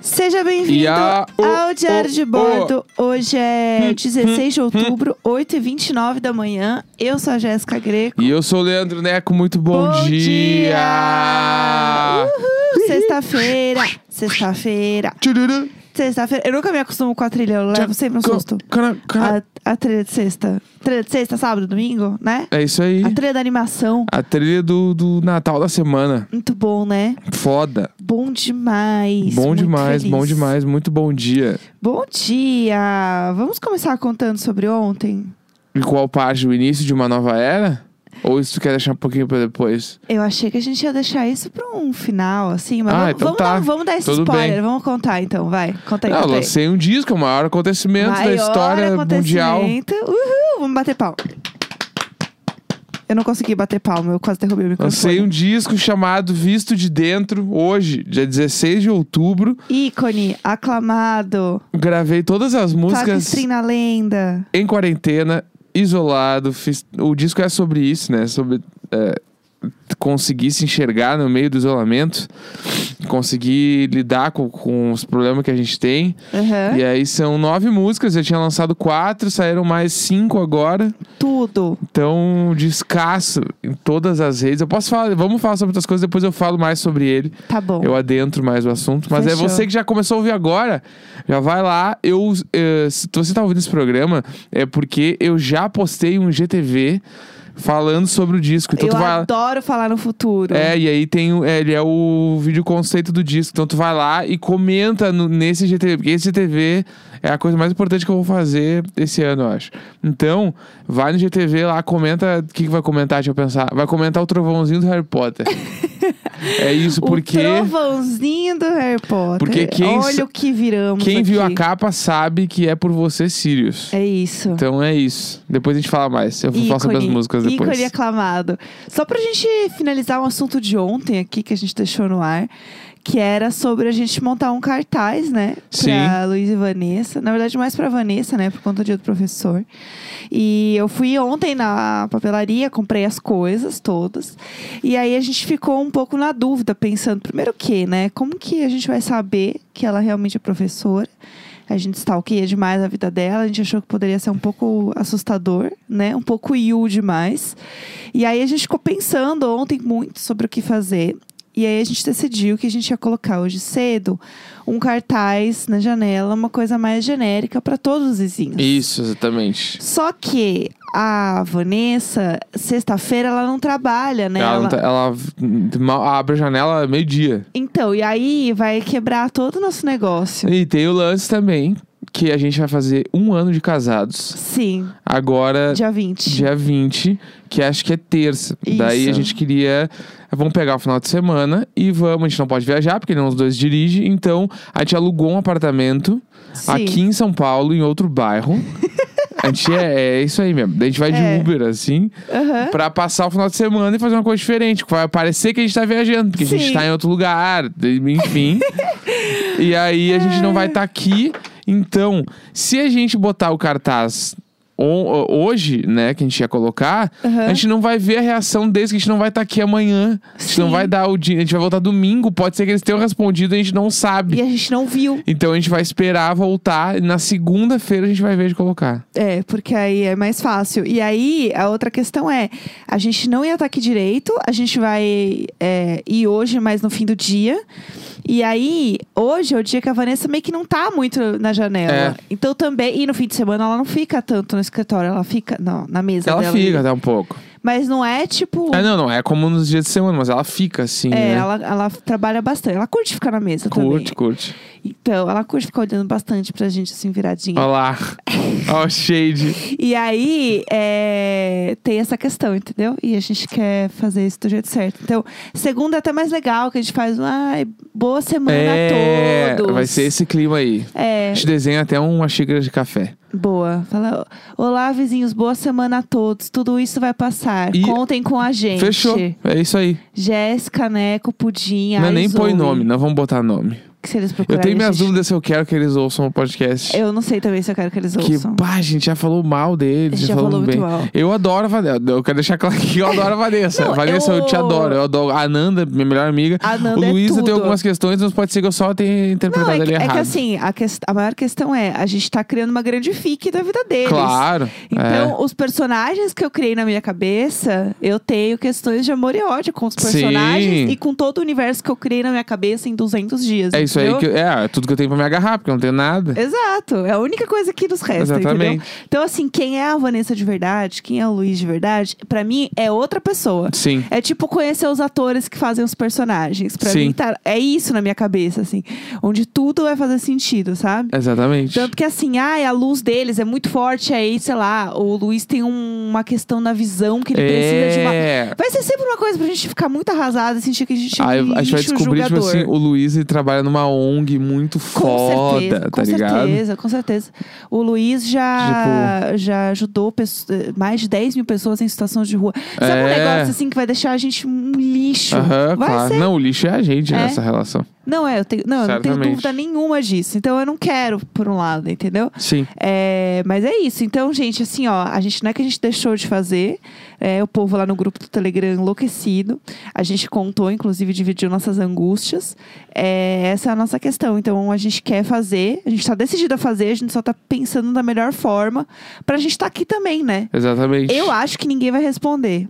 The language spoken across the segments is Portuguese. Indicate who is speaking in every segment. Speaker 1: Seja bem-vindo
Speaker 2: E a- o-
Speaker 1: ao Diário de
Speaker 2: o- Hum,
Speaker 1: Bordo. Hoje é 16 de outubro, 8h29 da manhã. Eu sou a Jéssica Greco.
Speaker 2: E eu sou o Leandro Neco, muito bom,
Speaker 1: Bom
Speaker 2: dia!
Speaker 1: dia! Uhul! Sexta-feira, sexta-feira,
Speaker 2: Tchururu,
Speaker 1: sexta-feira. Eu nunca me acostumo com a trilha, eu levo sempre um
Speaker 2: tchaca,
Speaker 1: susto.
Speaker 2: cara, cara.
Speaker 1: A, a trilha de sexta. Trilha de sexta, sábado, domingo, né?
Speaker 2: É isso aí.
Speaker 1: A trilha da animação.
Speaker 2: A trilha do, do Natal da semana.
Speaker 1: Muito bom, né?
Speaker 2: Foda.
Speaker 1: Bom demais.
Speaker 2: bom
Speaker 1: muito
Speaker 2: demais,
Speaker 1: feliz.
Speaker 2: bom demais. Muito bom dia.
Speaker 1: Bom dia! Vamos começar contando sobre ontem?
Speaker 2: E qual parte? O início de uma nova era? Ou isso tu quer deixar um pouquinho pra depois?
Speaker 1: Eu achei que a gente ia deixar isso pra um final, assim, mas
Speaker 2: Ah,
Speaker 1: vamos,
Speaker 2: então
Speaker 1: vamos
Speaker 2: tá.
Speaker 1: dar, vamos dar esse
Speaker 2: Tudo
Speaker 1: spoiler,
Speaker 2: bem.
Speaker 1: vamos contar então, vai. Conta aí,
Speaker 2: Ah, eu
Speaker 1: conta aí.
Speaker 2: lancei um disco, é o maior acontecimento da
Speaker 1: Maior
Speaker 2: história mundial.
Speaker 1: acontecimento. Uhul, vamos bater palma. Eu não consegui bater palma, eu quase derrubei o
Speaker 2: Lancei
Speaker 1: microfone.
Speaker 2: um disco chamado Visto de Dentro, hoje, dia 16 de outubro.
Speaker 1: Ícone, aclamado,
Speaker 2: Gravei todas as
Speaker 1: toca
Speaker 2: músicas
Speaker 1: stream na lenda.
Speaker 2: em quarentena, isolado. fiz- O disco é sobre isso, né? Sobre é, conseguir se enxergar no meio do isolamento, conseguir lidar com, com os problemas que a gente tem.
Speaker 1: Aham.
Speaker 2: E aí são nove músicas, eu tinha lançado quatro, saíram mais cinco agora.
Speaker 1: Tudo.
Speaker 2: Então, descasso em todas as redes. Eu posso falar, vamos falar sobre outras coisas, depois eu falo mais sobre ele.
Speaker 1: Tá bom.
Speaker 2: Eu adentro mais o assunto. Mas
Speaker 1: Fechou.
Speaker 2: é você que já começou a ouvir agora. Já vai lá. Eu, eh, se você tá ouvindo esse programa, é porque eu já postei um GTV falando sobre o disco. Então
Speaker 1: Eu
Speaker 2: tu vai.
Speaker 1: adoro falar no futuro.
Speaker 2: É, e aí tem o- é, ele é o vídeo conceito do disco. Então tu vai lá e comenta no- nesse GTV, porque esse GTV é a coisa mais importante que eu vou fazer esse ano, eu acho. Então, vai no GTV lá, comenta. O que, que vai comentar? Deixa eu pensar. Vai comentar o trovãozinho do Harry Potter. é isso,
Speaker 1: o
Speaker 2: porque.
Speaker 1: trovãozinho do Harry Potter.
Speaker 2: Porque quem sa-
Speaker 1: Olha o que viramos
Speaker 2: Quem viu a
Speaker 1: aqui.
Speaker 2: capa sabe que é por você, Sirius.
Speaker 1: É isso.
Speaker 2: Então é isso. Depois a gente fala mais. Eu vou falar sobre as músicas depois.
Speaker 1: Ícone é aclamado. Só pra gente finalizar um assunto de ontem aqui que a gente deixou no ar, que era sobre a gente montar um cartaz, né? Pra
Speaker 2: Sim.
Speaker 1: Luiz e Vanessa. Na verdade, mais pra Vanessa, né? Por conta de outro professor. E eu fui ontem na papelaria, comprei as coisas todas. E aí a gente ficou um pouco na dúvida, pensando, primeiro o quê, né? Como que a gente vai saber que ela realmente é professora? A gente stalkeia demais a vida dela, a gente achou que poderia ser um pouco assustador, né? Um pouco you demais. E aí a gente ficou pensando ontem muito sobre o que fazer. E aí a gente decidiu que a gente ia colocar hoje cedo um cartaz na janela, uma coisa mais genérica para todos os vizinhos.
Speaker 2: Isso, exatamente.
Speaker 1: Só que a Vanessa, sexta-feira, ela não trabalha, né?
Speaker 2: Ela, não tá- ela v- mal- abre a janela meio-dia.
Speaker 1: Então, e aí vai quebrar todo o nosso negócio.
Speaker 2: E tem o lance também, que a gente vai fazer um ano de casados.
Speaker 1: Sim,
Speaker 2: Agora,
Speaker 1: dia 20.
Speaker 2: dia 20, que acho que é terça.
Speaker 1: Isso.
Speaker 2: Daí a gente queria. Vamos pegar o final de semana e vamos. A gente não pode viajar, porque nenhum dos dois dirige. Então, a gente alugou um apartamento.
Speaker 1: Sim.
Speaker 2: aqui em São Paulo, em outro bairro. A gente é, é isso aí mesmo. Daí A gente vai
Speaker 1: É.
Speaker 2: de Uber, assim,
Speaker 1: Aham.
Speaker 2: pra passar o final de semana e fazer uma coisa diferente. que Vai parecer que a gente tá viajando, porque a
Speaker 1: Sim.
Speaker 2: gente tá em outro lugar, de- enfim. e aí a
Speaker 1: É.
Speaker 2: gente não vai estar aqui. Então, se a gente botar o cartaz on- hoje, né, que a gente ia colocar,
Speaker 1: Aham.
Speaker 2: a gente não vai ver a reação deles, que a gente não vai estar aqui amanhã. A gente não
Speaker 1: Sim.
Speaker 2: vai dar o dia. A gente vai voltar domingo, pode ser que eles tenham respondido e a gente não sabe.
Speaker 1: E a gente não viu.
Speaker 2: Então a gente vai esperar voltar e na segunda-feira a gente vai ver de colocar.
Speaker 1: É, porque aí é mais fácil. E aí, a outra questão é: a gente não ia estar aqui direito, a gente vai é, ir hoje, mas no fim do dia. E aí, hoje é o dia que a Vanessa meio que não tá muito na janela.
Speaker 2: É.
Speaker 1: Então também, e no fim de semana ela não fica tanto no escritório, ela fica não, na mesa
Speaker 2: Ela
Speaker 1: dela.
Speaker 2: fica até um pouco.
Speaker 1: Mas não é tipo.
Speaker 2: É, não, não, é como nos dias de semana, mas ela fica assim,
Speaker 1: é,
Speaker 2: né?
Speaker 1: ela, ela trabalha bastante. Ela curte ficar na mesa
Speaker 2: Curte,
Speaker 1: também.
Speaker 2: curte.
Speaker 1: Então, ela curte ficar olhando bastante pra gente, assim, viradinha.
Speaker 2: Olha lá. Ó, o shade.
Speaker 1: E aí, é, tem essa questão, entendeu? E a gente quer fazer isso do jeito certo. Então, segunda é até mais legal, que a gente faz um, ai, boa semana
Speaker 2: É,
Speaker 1: a todos.
Speaker 2: vai ser esse clima aí. A
Speaker 1: É,
Speaker 2: gente desenha até uma xícara de café.
Speaker 1: boa. Fala, olá, vizinhos, boa semana a todos. Tudo isso vai passar.
Speaker 2: E-
Speaker 1: Contem com a gente.
Speaker 2: Fechou. É isso aí.
Speaker 1: Jéssica, Neco, Pudim,
Speaker 2: não, é
Speaker 1: Ai,
Speaker 2: nem põe
Speaker 1: Zoe.
Speaker 2: nome, não vamos botar nome.
Speaker 1: que se eles
Speaker 2: Eu
Speaker 1: procurarem.
Speaker 2: tenho minhas
Speaker 1: gente,
Speaker 2: dúvidas se eu quero que eles ouçam o podcast.
Speaker 1: Eu não sei também se eu quero que eles
Speaker 2: que,
Speaker 1: ouçam.
Speaker 2: pá, a gente já falou mal
Speaker 1: A
Speaker 2: deles,
Speaker 1: gente já
Speaker 2: já
Speaker 1: falou
Speaker 2: falou bem.
Speaker 1: muito mal.
Speaker 2: Eu adoro a Vanessa. Eu quero deixar claro que eu adoro a Vanessa.
Speaker 1: Não,
Speaker 2: Vanessa, eu... te
Speaker 1: eu-
Speaker 2: adoro. Eu adoro a Ananda, minha melhor amiga.
Speaker 1: A Nanda
Speaker 2: o
Speaker 1: é
Speaker 2: Luiz, eu
Speaker 1: tudo.
Speaker 2: tenho algumas questões, mas pode ser que eu só tenha
Speaker 1: Não,
Speaker 2: interpretado
Speaker 1: é que,
Speaker 2: ele
Speaker 1: é
Speaker 2: tá errado.
Speaker 1: que assim, a, quest- a maior questão é, a gente tá criando uma grande fic da vida deles.
Speaker 2: Claro. É.
Speaker 1: Então, os personagens que eu criei na minha cabeça, eu tenho questões de amor e ódio com os personagens
Speaker 2: Sim.
Speaker 1: e com todo o universo que eu criei na minha cabeça em 200 dias.
Speaker 2: é. é isso aí
Speaker 1: entendeu?
Speaker 2: que eu- é, é tudo que eu tenho pra me agarrar, porque eu não tenho nada.
Speaker 1: Exato, é a única coisa que nos resta, entendeu?
Speaker 2: Exatamente.
Speaker 1: Então, assim, quem é a Vanessa de verdade, quem é o Luiz de verdade, pra mim é outra pessoa.
Speaker 2: Sim.
Speaker 1: É tipo conhecer os atores que fazem os personagens. Pra
Speaker 2: Sim.
Speaker 1: mim, tá, é isso na minha cabeça, assim. Onde tudo vai fazer sentido, sabe?
Speaker 2: Exatamente.
Speaker 1: Tanto que assim, ai, a luz deles é muito forte, aí, sei lá, o Luiz tem um- uma questão na visão que ele precisa de uma.
Speaker 2: é...
Speaker 1: Vai ser sempre uma coisa pra gente ficar muito arrasada e sentir que a gente é
Speaker 2: Aí Ah, a gente vai
Speaker 1: lixo
Speaker 2: descobrir, tipo
Speaker 1: julgador.
Speaker 2: assim, o Luiz ele trabalha numa ONG muito
Speaker 1: Com
Speaker 2: foda,
Speaker 1: certeza,
Speaker 2: tá
Speaker 1: com
Speaker 2: ligado?
Speaker 1: certeza, com certeza. O Luiz já,
Speaker 2: Tipo
Speaker 1: já ajudou pesso- eh, mais de 10 mil pessoas em situação de rua. Sabe um
Speaker 2: É.
Speaker 1: negócio assim que vai deixar a gente um lixo?
Speaker 2: Aham,
Speaker 1: vai
Speaker 2: claro.
Speaker 1: ser.
Speaker 2: Não, o lixo é a gente
Speaker 1: É.
Speaker 2: nessa relação.
Speaker 1: Não, é, eu tenho, não, eu não tenho
Speaker 2: Certamente.
Speaker 1: dúvida nenhuma disso. Então eu não quero, por um lado, entendeu?
Speaker 2: Sim.
Speaker 1: É, mas é isso. Então, gente, assim, ó, a gente não é que a gente deixou de fazer. É, o povo lá no grupo do Telegram enlouquecido. A gente contou, inclusive, dividiu nossas angústias. É, essa é a nossa questão. Então, a gente quer fazer, a gente tá decidido a fazer, a gente só tá pensando da melhor forma pra gente estar aqui também, né?
Speaker 2: Exatamente.
Speaker 1: Eu acho que ninguém vai responder.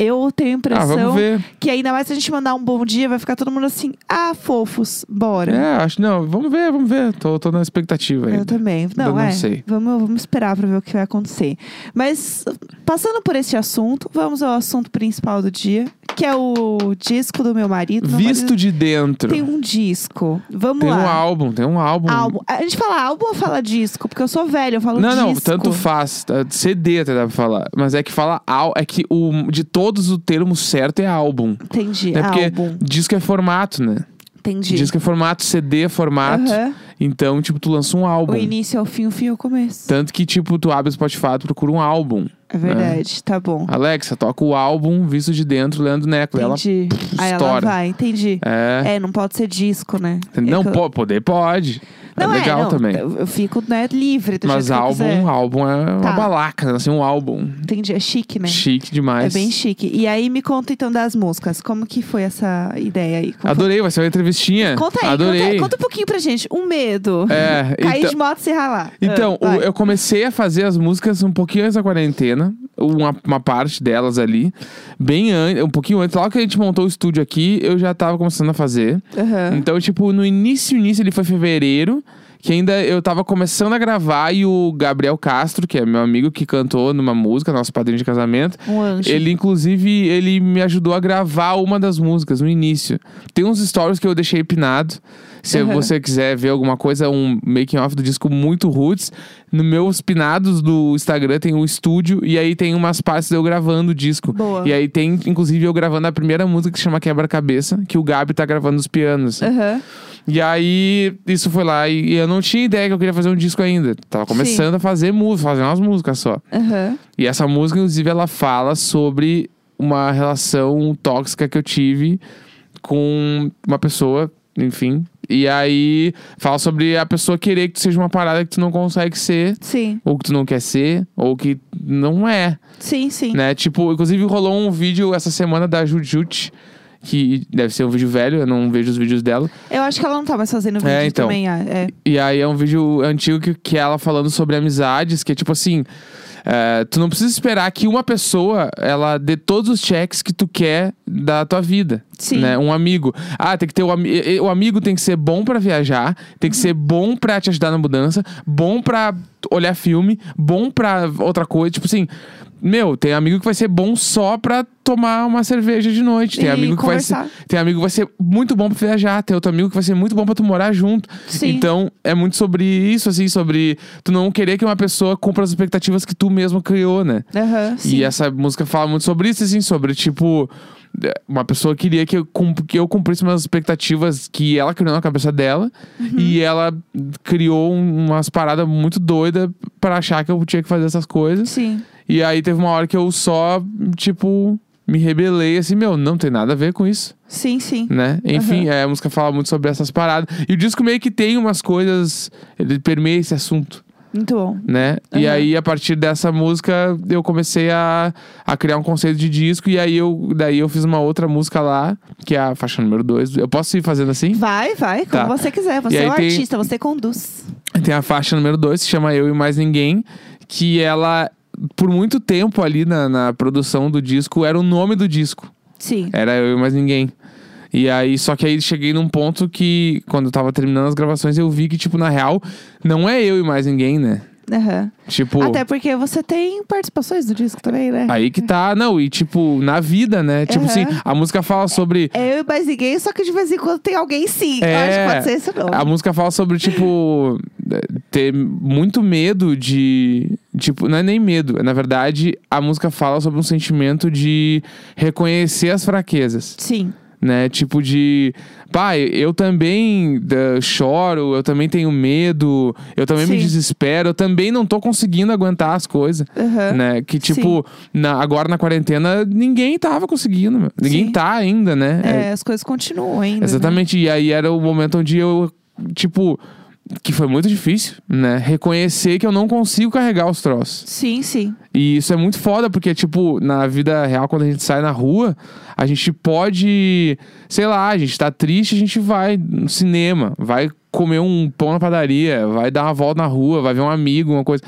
Speaker 1: Eu tenho a
Speaker 2: Ah, vamos
Speaker 1: impressão
Speaker 2: ver.
Speaker 1: que ainda mais se a gente mandar um bom dia, vai ficar todo mundo assim, ah, fofos, bora.
Speaker 2: É, acho. Não, vamos ver, vamos ver. Tô, tô na expectativa ainda.
Speaker 1: Eu também. Não,
Speaker 2: não
Speaker 1: é.
Speaker 2: sei.
Speaker 1: Vamos, vamos esperar para ver o que vai acontecer. Mas, passando por esse assunto, vamos ao assunto principal do dia, que é o disco do meu marido. Meu
Speaker 2: Visto
Speaker 1: marido
Speaker 2: de dentro.
Speaker 1: Tem um disco. Vamos
Speaker 2: Tem
Speaker 1: lá.
Speaker 2: um álbum, tem um álbum.
Speaker 1: Álbum. A gente fala álbum ou fala disco? Porque eu sou velha, eu falo
Speaker 2: Não,
Speaker 1: disco.
Speaker 2: não, tanto faz. tá? CD até dá pra falar. Mas é que fala al, é que o de todos o termo certo é álbum.
Speaker 1: Entendi.
Speaker 2: É porque
Speaker 1: álbum.
Speaker 2: disco é formato, né?
Speaker 1: Entendi.
Speaker 2: Disco é formato, CD é formato.
Speaker 1: Aham.
Speaker 2: Então, tipo, tu lança um álbum.
Speaker 1: O início é o fim, o fim é o começo.
Speaker 2: Tanto que, tipo, tu abre o Spotify, tu procura um álbum.
Speaker 1: É verdade, tá bom.
Speaker 2: Alexa, toca o álbum Visto de Dentro, Leandro Neco. Ela
Speaker 1: Entendi. Aí ela
Speaker 2: estoura.
Speaker 1: vai, entendi.
Speaker 2: é.
Speaker 1: É, não pode ser disco, né? É
Speaker 2: Não,
Speaker 1: que eu-
Speaker 2: po- poder pode.
Speaker 1: Não
Speaker 2: é legal
Speaker 1: não,
Speaker 2: também.
Speaker 1: Eu, eu fico né, livre do
Speaker 2: Mas
Speaker 1: jeito que eu
Speaker 2: álbum,
Speaker 1: quiser.
Speaker 2: álbum é
Speaker 1: Tá.
Speaker 2: uma balaca, né? assim, um álbum.
Speaker 1: Entendi, é chique, né?
Speaker 2: Chique
Speaker 1: É
Speaker 2: demais.
Speaker 1: bem chique. E aí me conta então das músicas. Como que foi essa ideia aí? Como
Speaker 2: Adorei, vai ser uma entrevistinha.
Speaker 1: foi? Conta aí, conta,
Speaker 2: Adorei.
Speaker 1: aí, conta um pouquinho pra gente. Um medo.
Speaker 2: É,
Speaker 1: Cair
Speaker 2: então-
Speaker 1: de moto e se ralar.
Speaker 2: Então,
Speaker 1: Ah,
Speaker 2: o-
Speaker 1: vai.
Speaker 2: eu comecei a fazer as músicas um pouquinho antes da quarentena, uma, uma parte delas ali, bem antes, um pouquinho antes, logo que a gente montou o estúdio aqui, eu já tava começando a fazer.
Speaker 1: Aham.
Speaker 2: Então, tipo, no início, início ele foi fevereiro, que ainda eu tava começando a gravar e o Gabriel Castro, que é meu amigo que cantou numa música, nosso padrinho de casamento,
Speaker 1: Um anjo.
Speaker 2: Uhum. ele, inclusive, ele me ajudou a gravar uma das músicas no início. Tem uns stories que eu deixei pinado. Se
Speaker 1: Aham.
Speaker 2: você quiser ver alguma coisa, um making off do disco muito roots. No meus pinados do Instagram tem o estúdio e aí tem umas partes de eu gravando o disco.
Speaker 1: Boa.
Speaker 2: E aí tem, inclusive, eu gravando a primeira música que se chama Quebra-Cabeça, que o Gabi tá gravando os pianos.
Speaker 1: Aham.
Speaker 2: E aí, isso foi lá. E, e eu não tinha ideia que eu queria fazer um disco ainda. Tava começando a fazer música, fazer umas músicas só.
Speaker 1: Aham.
Speaker 2: E essa música, inclusive, ela fala sobre uma relação tóxica que eu tive com uma pessoa, enfim. E aí fala sobre a pessoa querer que tu seja uma parada que tu não consegue ser,
Speaker 1: Sim,
Speaker 2: ou que tu não quer ser, ou que não é,
Speaker 1: sim, sim.
Speaker 2: né? Tipo, inclusive rolou um vídeo essa semana da Jujut, que deve ser um vídeo velho, eu não vejo os vídeos dela.
Speaker 1: Eu acho que ela não tá mais fazendo vídeo
Speaker 2: É, então.
Speaker 1: também. ah, É.
Speaker 2: E aí é um vídeo antigo que, que ela falando sobre amizades, que é tipo assim. é, tu não precisa esperar que uma pessoa ela dê todos os checks que tu quer da tua vida.
Speaker 1: Sim.
Speaker 2: Né? Um amigo. Ah, tem que ter o, ami- e- e- o amigo tem que ser bom pra viajar, tem que ser bom pra te ajudar na mudança, bom pra olhar filme, bom pra outra coisa. Tipo assim, meu, tem amigo que vai ser bom só pra tomar uma cerveja de noite. Tem
Speaker 1: E
Speaker 2: amigo que vai ser.
Speaker 1: conversar.
Speaker 2: Tem amigo que vai ser muito bom pra viajar, tem outro amigo que vai ser muito bom pra tu morar junto.
Speaker 1: Sim.
Speaker 2: Então, é muito sobre isso, assim, sobre tu não querer que uma pessoa cumpra as expectativas que tu mesmo criou, né?
Speaker 1: Aham.
Speaker 2: E
Speaker 1: Sim.
Speaker 2: essa música fala muito sobre isso, assim, sobre, tipo, eh, uma pessoa queria que eu, cum- que eu cumprisse umas expectativas que ela criou na cabeça dela.
Speaker 1: Uhum.
Speaker 2: E ela criou um- umas paradas muito doidas pra achar que eu tinha que fazer essas coisas.
Speaker 1: Sim.
Speaker 2: E aí teve uma hora que eu só, tipo, me rebelei assim, meu, não tem nada a ver com isso,
Speaker 1: Sim, sim.
Speaker 2: né? Enfim, é, a música fala muito sobre essas paradas. E o disco meio que tem umas coisas, ele permeia esse assunto,
Speaker 1: Muito bom.
Speaker 2: né? E
Speaker 1: Aham.
Speaker 2: aí, a partir dessa música, eu comecei a, a criar um conceito de disco. E aí, eu, daí eu fiz uma outra música lá, que é a faixa número 2. Eu posso ir fazendo assim?
Speaker 1: Vai, vai, como
Speaker 2: Tá.
Speaker 1: você quiser. Você
Speaker 2: E
Speaker 1: é
Speaker 2: aí
Speaker 1: o
Speaker 2: tem-
Speaker 1: artista, você conduz.
Speaker 2: Tem a faixa número 2, se chama Eu e Mais Ninguém, que ela, por muito tempo ali na, na produção do disco, era o nome do disco.
Speaker 1: Sim.
Speaker 2: Era Eu e Mais Ninguém. E aí, só que aí cheguei num ponto que, quando eu tava terminando as gravações, eu vi que, tipo, na real, não é Eu e Mais Ninguém, né?
Speaker 1: Aham.
Speaker 2: Tipo.
Speaker 1: Até porque você tem participações do disco também, né?
Speaker 2: Aí que tá, não, e tipo, na vida, né? Tipo
Speaker 1: Aham.
Speaker 2: assim, a música fala sobre.
Speaker 1: É eu e mais ninguém, só que de vez em quando tem alguém sim. Eu acho
Speaker 2: É.
Speaker 1: que pode ser esse nome.
Speaker 2: A música fala sobre, tipo, ter muito medo de. Tipo, não é nem medo. Na verdade, a música fala sobre um sentimento de reconhecer as fraquezas,
Speaker 1: Sim.
Speaker 2: né? Tipo de. Pai, eu também da, choro, eu também tenho medo, eu também me
Speaker 1: Sim.
Speaker 2: desespero, eu também não tô conseguindo aguentar as coisas.
Speaker 1: Aham.
Speaker 2: Né? Que, tipo, na- agora na quarentena, ninguém tava conseguindo. meu. Ninguém
Speaker 1: Sim.
Speaker 2: tá ainda, né? É,
Speaker 1: É, as coisas continuam ainda. né?
Speaker 2: Exatamente. E aí era o momento onde eu, tipo, que foi muito difícil, né? Reconhecer que eu não consigo carregar os troços.
Speaker 1: Sim, sim.
Speaker 2: E isso é muito foda, porque, tipo, na vida real, quando a gente sai na rua, a gente pode, sei lá, a gente tá triste, a gente vai no cinema, vai comer um pão na padaria, vai dar uma volta na rua, vai ver um amigo, uma coisa.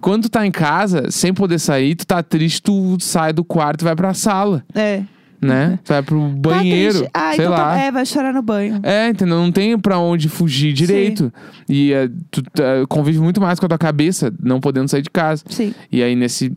Speaker 2: Quando tu tá em casa, sem poder sair, tu tá triste, tu sai do quarto e vai pra sala,
Speaker 1: É.
Speaker 2: né? Tu vai pro
Speaker 1: Tá
Speaker 2: banheiro,
Speaker 1: triste. ah,
Speaker 2: sei
Speaker 1: então
Speaker 2: lá.
Speaker 1: Tá... É, vai chorar no banho.
Speaker 2: É, entendeu? Não tem pra onde fugir direito. E eh, tu eh, convive muito mais com a tua cabeça, não podendo sair de casa.
Speaker 1: Sim.
Speaker 2: E aí, nesse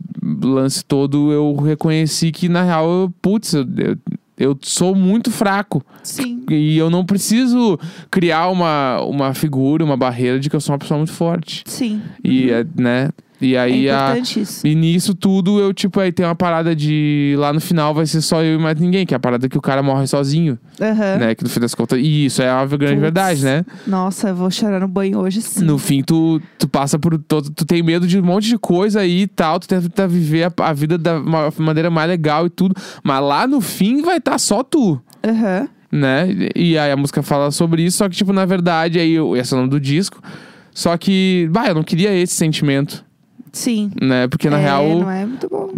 Speaker 2: lance todo, eu reconheci que, na real, eu, putz, eu, eu, eu sou muito fraco.
Speaker 1: Sim.
Speaker 2: E eu não preciso criar uma, uma figura, uma barreira de que eu sou uma pessoa muito forte.
Speaker 1: Sim.
Speaker 2: E, eh, né? E
Speaker 1: Uhum.
Speaker 2: aí,
Speaker 1: é
Speaker 2: a,
Speaker 1: importante isso.
Speaker 2: e nisso tudo, eu, tipo, aí tem uma parada de... Lá no final vai ser só eu e mais ninguém, que é a parada que o cara morre sozinho
Speaker 1: Aham.
Speaker 2: né? Que no fim das contas. E isso é uma grande
Speaker 1: É. Putz.
Speaker 2: verdade, né?
Speaker 1: Nossa, eu vou chorar no banho hoje sim.
Speaker 2: No fim, tu, tu passa por. todo tu tem medo de um monte de coisa aí e tal. Tu tenta viver a, a vida da ma- maneira mais legal e tudo. Mas lá no fim vai estar só tu.
Speaker 1: Aham.
Speaker 2: Né? E aí a música fala sobre isso, só que, tipo, na verdade, aí eu, esse é o nome do disco. Só que, bah, eu não queria esse sentimento,
Speaker 1: Sim.
Speaker 2: né? Porque na
Speaker 1: é,
Speaker 2: real. né?
Speaker 1: Não é muito bom.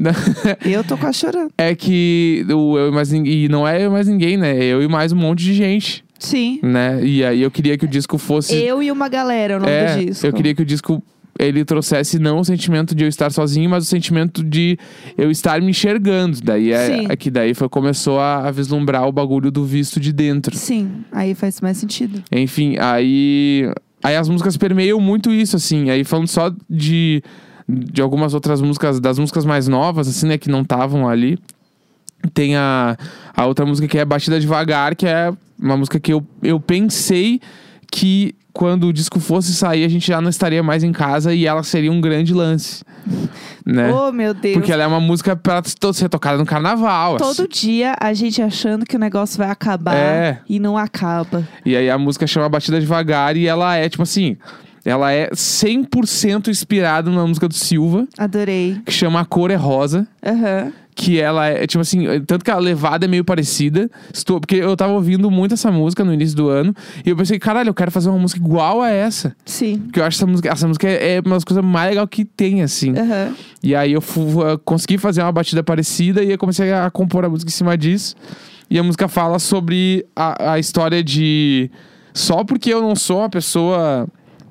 Speaker 1: Eu tô quase chorando.
Speaker 2: é que o eu e mais ninguém. E não é eu e mais ninguém, né? É eu e mais um monte de gente,
Speaker 1: Sim.
Speaker 2: né? E aí eu queria que o disco fosse.
Speaker 1: Eu e uma galera, é o nome
Speaker 2: É,
Speaker 1: do disco.
Speaker 2: eu queria que o disco ele trouxesse não o sentimento de eu estar sozinho, mas o sentimento de eu estar me enxergando. Daí é,
Speaker 1: Sim.
Speaker 2: é que daí foi começou a, a vislumbrar o bagulho do visto de dentro.
Speaker 1: Sim, aí faz mais sentido.
Speaker 2: Enfim, aí aí as músicas permeiam muito isso assim. Aí falando só de de algumas outras músicas, das músicas mais novas assim, né, que não estavam ali. Tem a, a outra música que é Batida Devagar, que é uma música que eu, eu pensei que quando o disco fosse sair, a gente já não estaria mais em casa e ela seria um grande lance. Né?
Speaker 1: Oh, meu Deus.
Speaker 2: Porque ela é uma música pra to- ser tocada no carnaval. assim.
Speaker 1: Todo dia a gente achando que o negócio vai acabar
Speaker 2: É.
Speaker 1: e não acaba.
Speaker 2: E aí a música chama Batida Devagar e ela é, tipo assim, ela é 100% inspirada numa música do Silva,
Speaker 1: Adorei.
Speaker 2: que chama A Cor é Rosa.
Speaker 1: Aham.
Speaker 2: Que ela é, tipo assim, tanto que a levada é meio parecida. Estou, porque eu tava ouvindo muito essa música no início do ano. E eu pensei, caralho, eu quero fazer uma música igual a essa.
Speaker 1: Sim.
Speaker 2: Porque eu acho essa música, essa música é é uma das coisas mais legais que tem, assim.
Speaker 1: Aham.
Speaker 2: E aí eu fu- eu consegui fazer uma batida parecida e eu comecei a compor a música em cima disso. E a música fala sobre a, a história de. Só porque eu não sou uma pessoa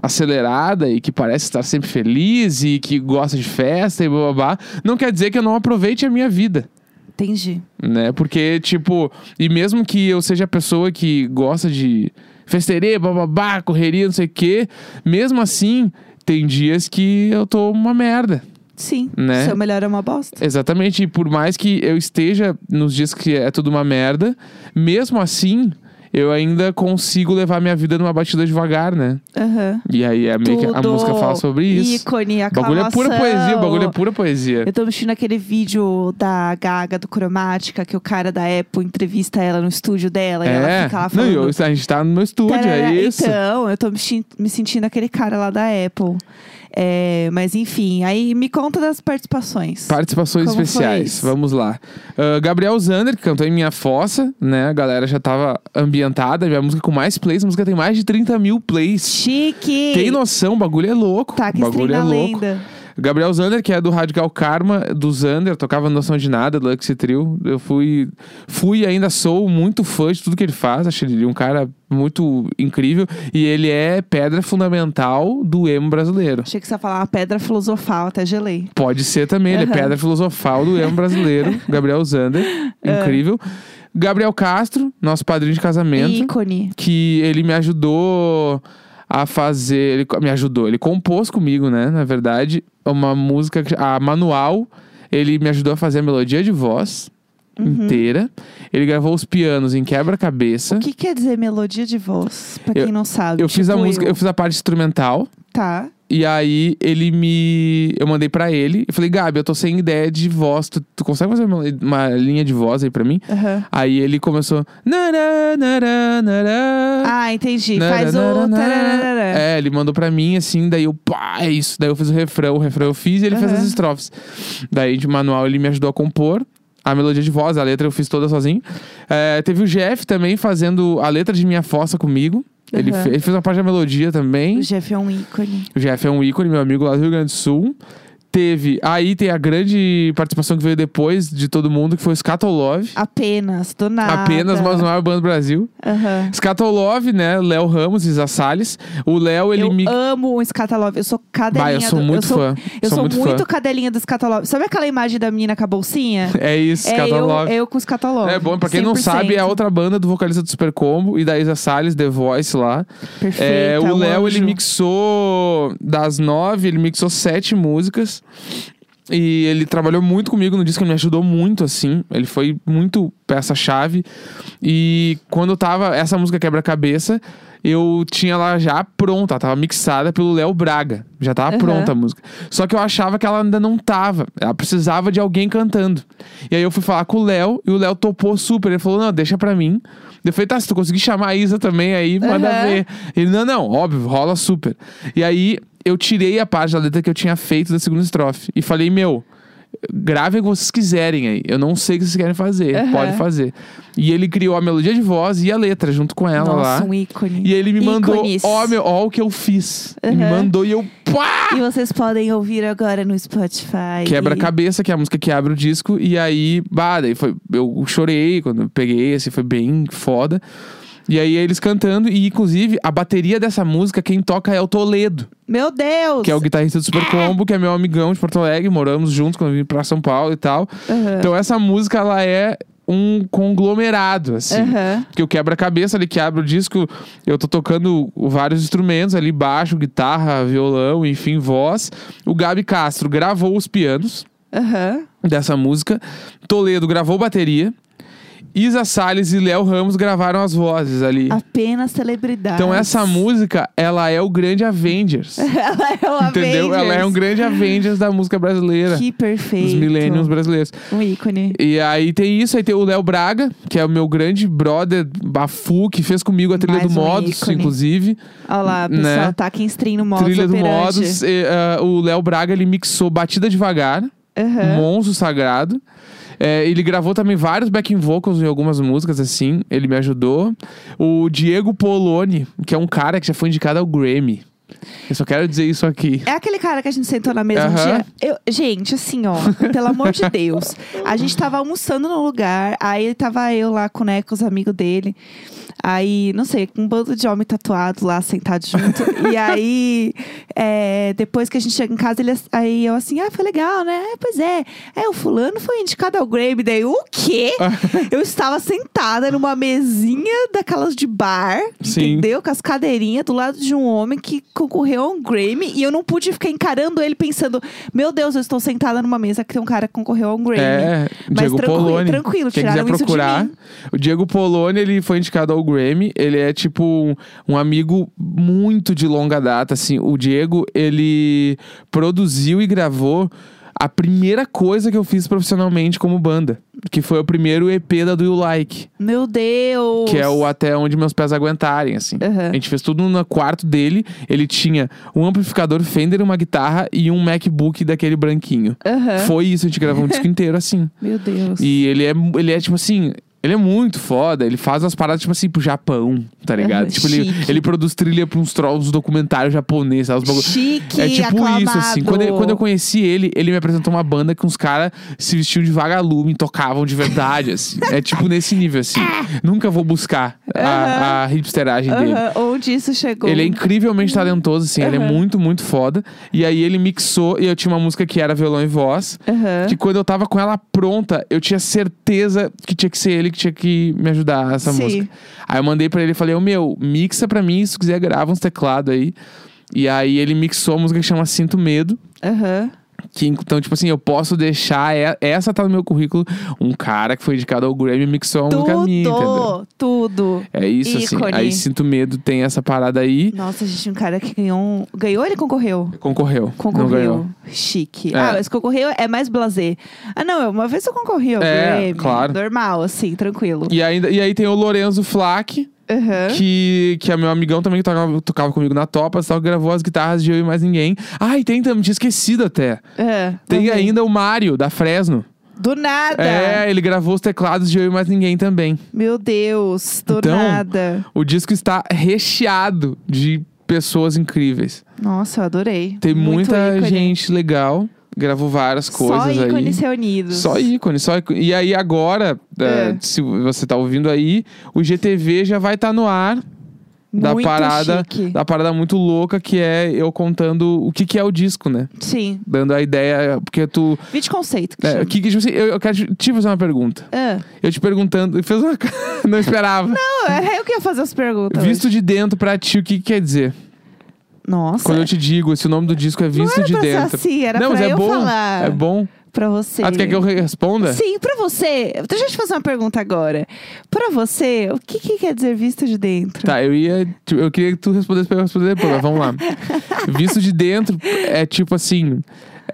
Speaker 2: acelerada e que parece estar sempre feliz e que gosta de festa e babá, não quer dizer que eu não aproveite a minha vida.
Speaker 1: Entendi.
Speaker 2: Né? Porque, tipo, e mesmo que eu seja a pessoa que gosta de festeirê, bababá, correria, não sei o quê, mesmo assim, tem dias que eu tô uma merda.
Speaker 1: Sim.
Speaker 2: Né?
Speaker 1: Seu melhor é uma bosta.
Speaker 2: Exatamente, e por mais que eu esteja nos dias que é tudo uma merda, mesmo assim, eu ainda consigo levar minha vida numa batida devagar, né?
Speaker 1: Aham.
Speaker 2: E aí é meio que a
Speaker 1: Tudo.
Speaker 2: música fala sobre isso.
Speaker 1: Ícone,
Speaker 2: O bagulho é
Speaker 1: aclamação.
Speaker 2: pura poesia, o bagulho é pura poesia.
Speaker 1: Eu tô assistindo aquele vídeo da Gaga do Cromática, que o cara da Apple entrevista ela no estúdio dela e ela
Speaker 2: É,
Speaker 1: fica lá
Speaker 2: não,
Speaker 1: falando.
Speaker 2: e eu- a gente tá no meu estúdio,
Speaker 1: Tarará.
Speaker 2: é isso.
Speaker 1: Então, eu tô me, senti- me sentindo aquele cara lá da Apple. É, mas enfim, aí me conta das participações.
Speaker 2: Participações
Speaker 1: Como foi
Speaker 2: especiais,
Speaker 1: isso?
Speaker 2: vamos lá. Ah, Gabriel Zander, que cantou em Minha Fossa, né? A galera já tava ambientada, minha música com mais plays, a música tem mais de 30 mil plays.
Speaker 1: Chique!
Speaker 2: Tem noção, o bagulho é louco.
Speaker 1: Tá, que
Speaker 2: o bagulho
Speaker 1: estranho
Speaker 2: é
Speaker 1: da
Speaker 2: louco.
Speaker 1: lenda.
Speaker 2: Gabriel Zander, que é do Radical Karma, do Zander, tocava Noção de Nada, do Luxy Trio. Eu fui, fui e ainda sou muito fã de tudo que ele faz. Achei ele um cara muito incrível. E ele é pedra fundamental do emo brasileiro.
Speaker 1: Achei que você ia falar uma pedra filosofal, até gelei.
Speaker 2: Pode ser também, ele é
Speaker 1: Aham.
Speaker 2: pedra filosofal do emo brasileiro. Gabriel Zander, incrível. Gabriel Castro, nosso padrinho de casamento
Speaker 1: Ícone.
Speaker 2: que ele me ajudou a fazer. Ele co- me ajudou, ele compôs comigo, né? Na verdade, uma música, que- a manual. Ele me ajudou a fazer a melodia de voz inteira. Ele gravou os pianos em quebra-cabeça.
Speaker 1: Uhum. O que quer dizer melodia de voz? Pra
Speaker 2: É. Eu-
Speaker 1: quem não sabe.
Speaker 2: Eu fiz a
Speaker 1: Tipo
Speaker 2: música,
Speaker 1: eu.
Speaker 2: eu fiz a parte instrumental.
Speaker 1: Tá.
Speaker 2: E aí ele me. Eu mandei pra ele. Eu falei, Gabi, eu tô sem ideia de voz. Tu, tu consegue fazer uma, uma linha de voz aí pra mim?
Speaker 1: Aham.
Speaker 2: Aí ele começou. "Nará, nará, nará".
Speaker 1: Ah, entendi.
Speaker 2: Nará,
Speaker 1: Faz
Speaker 2: nará,
Speaker 1: o.
Speaker 2: nará.
Speaker 1: tararara.
Speaker 2: né, É, ele mandou pra mim assim, daí eu, pá, é isso. Daí eu fiz o refrão, o refrão eu fiz e ele fez
Speaker 1: Aham.
Speaker 2: as estrofes. Daí de manual ele me ajudou a compor. A melodia de voz, a letra eu fiz toda sozinho. É, teve o Jeff também fazendo a letra de Minha Fossa comigo. Ele,
Speaker 1: Aham.
Speaker 2: fe- ele fez uma parte da melodia também.
Speaker 1: O Jeff é um ícone.
Speaker 2: O Jeff é um ícone, meu amigo lá do Rio Grande do Sul. Teve, aí tem a grande participação que veio depois de todo mundo, que foi o Scatolove.
Speaker 1: Apenas, do nada.
Speaker 2: Apenas, mas não é o Bando Brasil.
Speaker 1: Aham.
Speaker 2: Scatolove, né? Léo Ramos e Isa Salles. O Léo, ele
Speaker 1: eu
Speaker 2: me.
Speaker 1: amo o Scatalove. Eu sou cadelinha
Speaker 2: Bah, eu sou
Speaker 1: do-
Speaker 2: muito fã.
Speaker 1: Eu sou, muito,
Speaker 2: fã.
Speaker 1: cadelinha do Scatalove. Sabe aquela imagem da menina com a bolsinha?
Speaker 2: É isso,
Speaker 1: é eu,
Speaker 2: Scatolove.
Speaker 1: eu com o Scatalove.
Speaker 2: É bom, pra quem não sabe, é a outra banda do vocalista do Super Combo e da Isa Salles, The Voice lá.
Speaker 1: Perfeita,
Speaker 2: É, o
Speaker 1: um
Speaker 2: Léo, ele
Speaker 1: anjo.
Speaker 2: mixou das nove, ele mixou sete músicas. E ele trabalhou muito comigo no disco, ele me ajudou muito, assim. Ele foi muito peça-chave. E quando eu tava. Essa música quebra-cabeça, eu tinha ela já pronta, tava mixada pelo Léo Braga. Já tava
Speaker 1: Aham.
Speaker 2: pronta a música. Só que eu achava que ela ainda não tava. Ela precisava de alguém cantando. E aí eu fui falar com o Léo, e o Léo topou super. Ele falou: não, deixa pra mim. Eu falei, tá, se tu conseguir chamar a Isa também aí, manda
Speaker 1: Aham.
Speaker 2: ver. Ele, não, não, óbvio, rola super. E aí eu tirei a parte da letra que eu tinha feito da segunda estrofe. E falei, meu, gravem o que vocês quiserem aí. Eu não sei o que vocês querem fazer.
Speaker 1: Aham.
Speaker 2: Pode fazer. E ele criou a melodia de voz e a letra junto com ela
Speaker 1: Nossa,
Speaker 2: lá.
Speaker 1: um ícone.
Speaker 2: E ele me mandou,
Speaker 1: Ícones.
Speaker 2: ó, meu, ó o que eu fiz. Ele Me
Speaker 1: Aham.
Speaker 2: mandou e eu, pá!
Speaker 1: E vocês podem ouvir agora no Spotify.
Speaker 2: Quebra-cabeça, que é a música que abre o disco. E aí, bah, daí foi, eu chorei quando eu peguei, assim, foi bem foda. E aí eles cantando, e inclusive a bateria dessa música, quem toca é o Toledo,
Speaker 1: Meu Deus!
Speaker 2: que é o guitarrista do Super Combo, que é meu amigão de Porto Alegre, moramos juntos quando eu vim pra São Paulo e tal.
Speaker 1: Aham.
Speaker 2: Então essa música, ela é um conglomerado, assim.
Speaker 1: Aham.
Speaker 2: Porque o quebra-cabeça ali que abre o disco, eu tô tocando vários instrumentos ali, baixo, guitarra, violão, enfim, voz. O Gabi Castro gravou os pianos
Speaker 1: Aham.
Speaker 2: dessa música. Toledo gravou bateria. Isa Salles e Léo Ramos gravaram as vozes ali.
Speaker 1: Apenas celebridade.
Speaker 2: Então essa música, ela é o grande Avengers.
Speaker 1: Ela é o
Speaker 2: entendeu?
Speaker 1: Avengers.
Speaker 2: Ela é um grande Avengers da música brasileira.
Speaker 1: Que perfeito.
Speaker 2: Dos millennials brasileiros.
Speaker 1: Um ícone.
Speaker 2: E aí tem isso, aí tem o Léo Braga, que é o meu grande brother Bafu, que fez comigo a trilha
Speaker 1: Mais
Speaker 2: do
Speaker 1: um
Speaker 2: Modus,
Speaker 1: ícone.
Speaker 2: inclusive.
Speaker 1: Olha lá, pessoal,
Speaker 2: Né?
Speaker 1: tá aqui em stream no modo
Speaker 2: trilha do
Speaker 1: operante.
Speaker 2: Modus. e, ah, o Léo Braga, ele mixou Batida Devagar.
Speaker 1: Aham.
Speaker 2: Monstro Sagrado. É, ele gravou também vários backing vocals em algumas músicas, assim. Ele me ajudou. O Diego Poloni, que é um cara que já foi indicado ao Grammy. Eu só quero dizer isso aqui.
Speaker 1: É aquele cara que a gente sentou na mesa um
Speaker 2: Aham.
Speaker 1: dia. Eu- gente, assim, ó, pelo amor de Deus. A gente tava almoçando num lugar, aí tava eu lá com o Neco, os amigos dele. Aí, não sei, com um bando de homem tatuado lá, sentado junto. e aí, é, depois que a gente chega em casa, ele, ass- aí eu assim, ah, foi legal, né? É, pois é. É, o fulano foi indicado ao Grammy. Daí, o quê? eu estava sentada numa mesinha daquelas de bar,
Speaker 2: Sim.
Speaker 1: entendeu? Com as cadeirinhas do lado de um homem que concorreu a um Grammy e eu não pude ficar encarando ele pensando: Meu Deus, eu estou sentada numa mesa que tem um cara que concorreu a um Grammy.
Speaker 2: É,
Speaker 1: Mas
Speaker 2: Diego
Speaker 1: tranquilo,
Speaker 2: Poloni.
Speaker 1: tranquilo,
Speaker 2: Quem
Speaker 1: tiraram
Speaker 2: quiser
Speaker 1: isso de
Speaker 2: procurar.
Speaker 1: mim.
Speaker 2: O Diego Poloni, ele foi indicado ao Grammy. Ele é tipo um, um amigo muito de longa data, assim. O Diego, ele produziu e gravou a primeira coisa que eu fiz profissionalmente como banda. Que foi o primeiro EP da Do You Like.
Speaker 1: Meu Deus!
Speaker 2: Que é o até onde meus pés aguentarem, assim.
Speaker 1: Aham.
Speaker 2: A gente fez tudo no quarto dele. Ele tinha um amplificador Fender, uma guitarra e um MacBook daquele branquinho.
Speaker 1: Aham.
Speaker 2: Foi isso, a gente gravou um disco inteiro assim.
Speaker 1: Meu Deus.
Speaker 2: E ele é, mu- ele é tipo assim. Ele é muito foda, ele faz umas paradas, tipo assim, pro Japão, tá ligado?
Speaker 1: Aham,
Speaker 2: tipo, ele,
Speaker 1: chique.
Speaker 2: ele produz trilha pra uns trolls documentários japoneses, sabe? Os bagulho-
Speaker 1: Chique,
Speaker 2: é tipo
Speaker 1: aclamado.
Speaker 2: isso, assim. Quando, eu- quando eu conheci ele, ele me apresentou uma banda que uns caras se vestiam de vagalume e tocavam de verdade, assim. É tipo nesse nível, assim. Nunca vou buscar a, a hipsteragem dele.
Speaker 1: Aham, Onde isso chegou?
Speaker 2: Ele é incrivelmente talentoso, assim. Ele é muito, muito foda. E aí ele mixou, e eu tinha uma música que era violão e voz.
Speaker 1: Aham.
Speaker 2: Que quando eu tava com ela pronta, eu tinha certeza que tinha que ser ele que tinha que me ajudar essa
Speaker 1: Sim.
Speaker 2: música. Aí eu mandei pra ele e falei, ô meu, mixa pra mim, se quiser grava uns teclados aí. E aí ele mixou a música que chama Sinto Medo.
Speaker 1: Aham.
Speaker 2: Que, então, tipo assim, eu posso deixar. e- Essa tá no meu currículo. Um cara que foi indicado ao Grammy mixou a música minha, um entendeu?
Speaker 1: Tudo, tudo.
Speaker 2: É isso,
Speaker 1: Ícone.
Speaker 2: assim. Aí Sinto Medo tem essa parada aí.
Speaker 1: Nossa, gente, um cara que ganhou. um- Ganhou ou ele concorreu?
Speaker 2: Concorreu. Não ganhou.
Speaker 1: Concorreu. Chique.
Speaker 2: É.
Speaker 1: Ah, mas concorreu é mais blazer. Ah, não, uma vez eu concorri ao
Speaker 2: É,
Speaker 1: Grammy.
Speaker 2: claro.
Speaker 1: Normal, assim, tranquilo.
Speaker 2: E, ainda, e aí tem o Lorenzo Flack,
Speaker 1: Aham.
Speaker 2: que, que é meu amigão também, que tocava, tocava comigo na Topa, só que gravou as guitarras de eu e mais ninguém. Ah, e tem também, tinha esquecido até.
Speaker 1: É,
Speaker 2: Tem
Speaker 1: também.
Speaker 2: ainda o Mário, da Fresno.
Speaker 1: Do nada!
Speaker 2: É, ele gravou os teclados de eu e mais ninguém também.
Speaker 1: Meu Deus, do
Speaker 2: Então-
Speaker 1: nada.
Speaker 2: O disco está recheado de pessoas incríveis.
Speaker 1: Nossa, eu adorei.
Speaker 2: Tem
Speaker 1: Muito
Speaker 2: muita
Speaker 1: ícone.
Speaker 2: gente legal, gravou várias coisas
Speaker 1: Só ícones
Speaker 2: aí.
Speaker 1: reunidos.
Speaker 2: Só ícone, só ícone. E aí agora,
Speaker 1: É.
Speaker 2: eh, se você tá ouvindo aí, o GTV já vai estar no ar. da
Speaker 1: Muito
Speaker 2: parada,
Speaker 1: chique.
Speaker 2: da parada muito louca que é eu contando o que que é o disco, né?
Speaker 1: Sim.
Speaker 2: Dando a ideia, porque tu,
Speaker 1: Vídeo conceito. Que
Speaker 2: é,
Speaker 1: chama.
Speaker 2: o que, que- tipo assim, eu, eu quero te- te fazer uma pergunta.
Speaker 1: Ah,
Speaker 2: Eu te perguntando, fez uma, cara- não esperava.
Speaker 1: não, é eu que ia fazer as perguntas.
Speaker 2: Visto de dentro pra ti, o que, que quer dizer?
Speaker 1: hoje. Nossa.
Speaker 2: Quando eu te digo se o nome do disco é
Speaker 1: não
Speaker 2: Visto
Speaker 1: era
Speaker 2: de
Speaker 1: pra ser
Speaker 2: dentro.
Speaker 1: assim, era
Speaker 2: não,
Speaker 1: pra
Speaker 2: mas é
Speaker 1: eu
Speaker 2: bom.
Speaker 1: falar
Speaker 2: É bom.
Speaker 1: pra você.
Speaker 2: Ah, tu quer que eu re- responda?
Speaker 1: Sim, pra você. Deixa eu te fazer uma pergunta agora. Pra você, o que, que quer dizer visto de dentro?
Speaker 2: Tá, eu ia. tipo, Eu queria que tu respondesse pra eu responder depois, mas vamos lá. Visto de dentro, é tipo assim.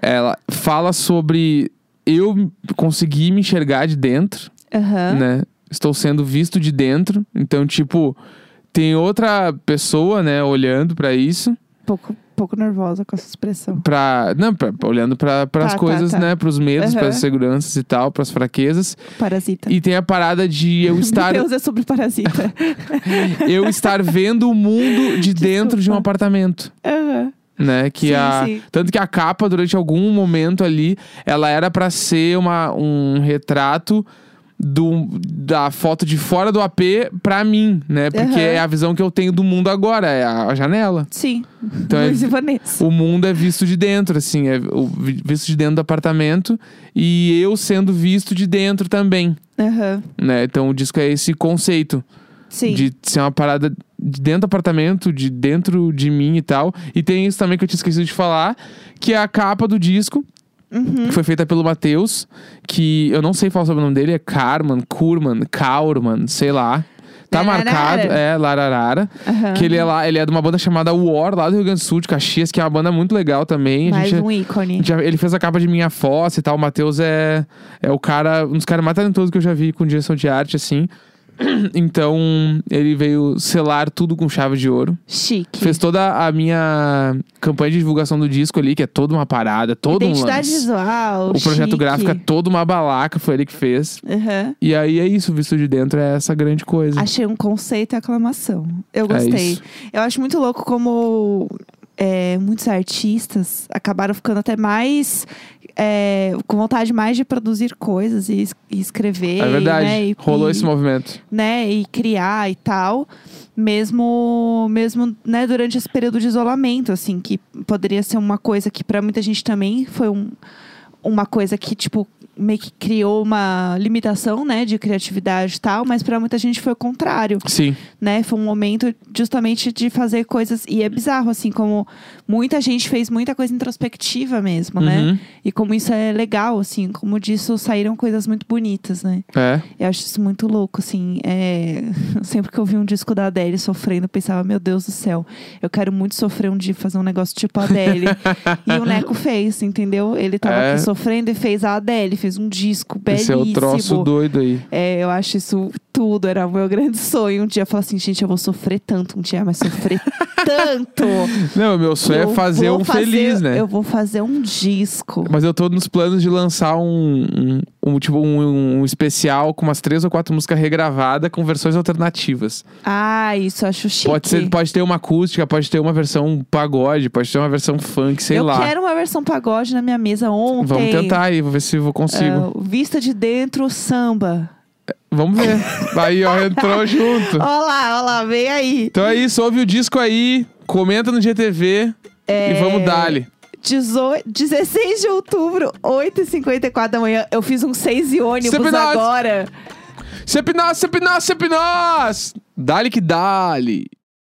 Speaker 2: Ela fala sobre eu conseguir me enxergar de dentro,
Speaker 1: Aham.
Speaker 2: né? Estou sendo visto de dentro. Então, tipo, tem outra pessoa, né, olhando pra isso.
Speaker 1: Pouco, pouco nervosa com essa expressão.
Speaker 2: Pra, não, pra, olhando pra,
Speaker 1: Tá,
Speaker 2: pras
Speaker 1: tá,
Speaker 2: coisas,
Speaker 1: tá.
Speaker 2: né? Pros medos,
Speaker 1: Aham.
Speaker 2: pras inseguranças e tal, pras fraquezas.
Speaker 1: Parasita.
Speaker 2: E tem a parada de eu estar,
Speaker 1: Meu Deus, é sobre parasita.
Speaker 2: eu estar vendo o mundo de dentro de um
Speaker 1: Desculpa.
Speaker 2: apartamento.
Speaker 1: Aham.
Speaker 2: né? Que
Speaker 1: Sim,
Speaker 2: a
Speaker 1: sim.
Speaker 2: tanto que a capa durante algum momento ali, ela era pra ser uma, um retrato do, da foto de fora do AP pra mim, né? Porque
Speaker 1: Aham.
Speaker 2: é a visão que eu tenho do mundo agora, é a, a janela.
Speaker 1: Sim.
Speaker 2: Então é-
Speaker 1: Luiz e Vanessa.
Speaker 2: O mundo é visto de dentro, assim, é o vi- visto de dentro do apartamento e eu sendo visto de dentro também,
Speaker 1: Aham.
Speaker 2: né? Então o disco é esse conceito
Speaker 1: Sim.
Speaker 2: de ser uma parada de dentro do apartamento, de dentro de mim e tal. E tem isso também que eu tinha esquecido de falar, que é a capa do disco,
Speaker 1: Uhum.
Speaker 2: que foi feita pelo Matheus, que eu não sei falar sobre o nome dele, é Carman, Kurman, Kaurman, sei lá. Tá
Speaker 1: Lararara.
Speaker 2: marcado, é, Lararara.
Speaker 1: Aham.
Speaker 2: Que ele é lá, ele é de uma banda chamada War, lá do Rio Grande do Sul, de Caxias, que é uma banda muito legal também. A
Speaker 1: Mais
Speaker 2: gente- é
Speaker 1: um
Speaker 2: a
Speaker 1: ícone.
Speaker 2: gente já- ele fez a capa de Minha Fossa e tal. O Matheus é, é o cara, um dos caras mais talentosos que eu já vi com direção de arte, assim. Então, ele veio selar tudo com chave de ouro.
Speaker 1: Chique.
Speaker 2: Fez toda a minha campanha de divulgação do disco ali, que é toda uma parada, todo um
Speaker 1: Identidade
Speaker 2: lance.
Speaker 1: visual.
Speaker 2: O projeto
Speaker 1: chique.
Speaker 2: gráfico é toda uma balaca, foi ele que fez.
Speaker 1: Aham.
Speaker 2: E aí é isso, visto de dentro é essa grande coisa.
Speaker 1: Achei um conceito e aclamação. Eu
Speaker 2: É
Speaker 1: gostei.
Speaker 2: isso.
Speaker 1: Eu acho muito louco como é, muitos artistas acabaram ficando até mais. é, com vontade mais de produzir coisas e, es- e escrever.
Speaker 2: É verdade.
Speaker 1: né, e-
Speaker 2: Rolou
Speaker 1: e-
Speaker 2: esse movimento.
Speaker 1: né, e criar e tal, mesmo mesmo, né, durante esse período de isolamento, assim, que poderia ser uma coisa que para muita gente também foi um, uma coisa que tipo meio que criou uma limitação, né, de criatividade e tal, mas para muita gente foi o contrário
Speaker 2: Sim.
Speaker 1: né? Foi um momento justamente de fazer coisas. E é bizarro, assim, como muita gente fez muita coisa introspectiva mesmo,
Speaker 2: Uhum.
Speaker 1: né? E como isso é legal, assim, como disso saíram coisas muito bonitas, né?
Speaker 2: É.
Speaker 1: Eu acho isso muito louco, assim. É... Sempre que eu vi um disco da Adele sofrendo, eu pensava, meu Deus do céu, eu quero muito sofrer um dia, fazer um negócio tipo a Adele. e o Neco fez, entendeu? Ele tava
Speaker 2: É.
Speaker 1: aqui sofrendo e fez a Adele, fez fez um disco
Speaker 2: Esse é
Speaker 1: belíssimo.
Speaker 2: o troço doido aí.
Speaker 1: É, eu acho isso tudo. Era o meu grande sonho. Um dia falar assim, gente, eu vou sofrer tanto um dia, mas sofrer tanto.
Speaker 2: Não, meu sonho
Speaker 1: Eu
Speaker 2: é fazer
Speaker 1: vou
Speaker 2: um feliz, né?
Speaker 1: Eu vou fazer um disco.
Speaker 2: Mas eu tô nos planos de lançar um, um, um tipo um, um especial com umas três ou quatro músicas regravadas com versões alternativas.
Speaker 1: Ah, isso eu acho chique.
Speaker 2: Pode, ser, pode ter uma acústica, pode ter uma versão pagode, pode ter uma versão funk, sei
Speaker 1: eu
Speaker 2: lá.
Speaker 1: quero uma versão pagode na minha mesa ontem.
Speaker 2: Vamos tentar aí, vou ver se eu consigo.
Speaker 1: Ah, vista de dentro, samba.
Speaker 2: Vamos ver. aí, ó, entrou junto.
Speaker 1: Olha lá, olha lá, vem aí.
Speaker 2: Então é isso, ouve o disco aí, comenta no GTV
Speaker 1: É.
Speaker 2: e vamos dali.
Speaker 1: 18, 16 de outubro, 8h54 da manhã. Eu fiz um 6 e ônibus
Speaker 2: Seminários.
Speaker 1: agora.
Speaker 2: Sempre nós, sempre nós, sempre nós! Dali que dali!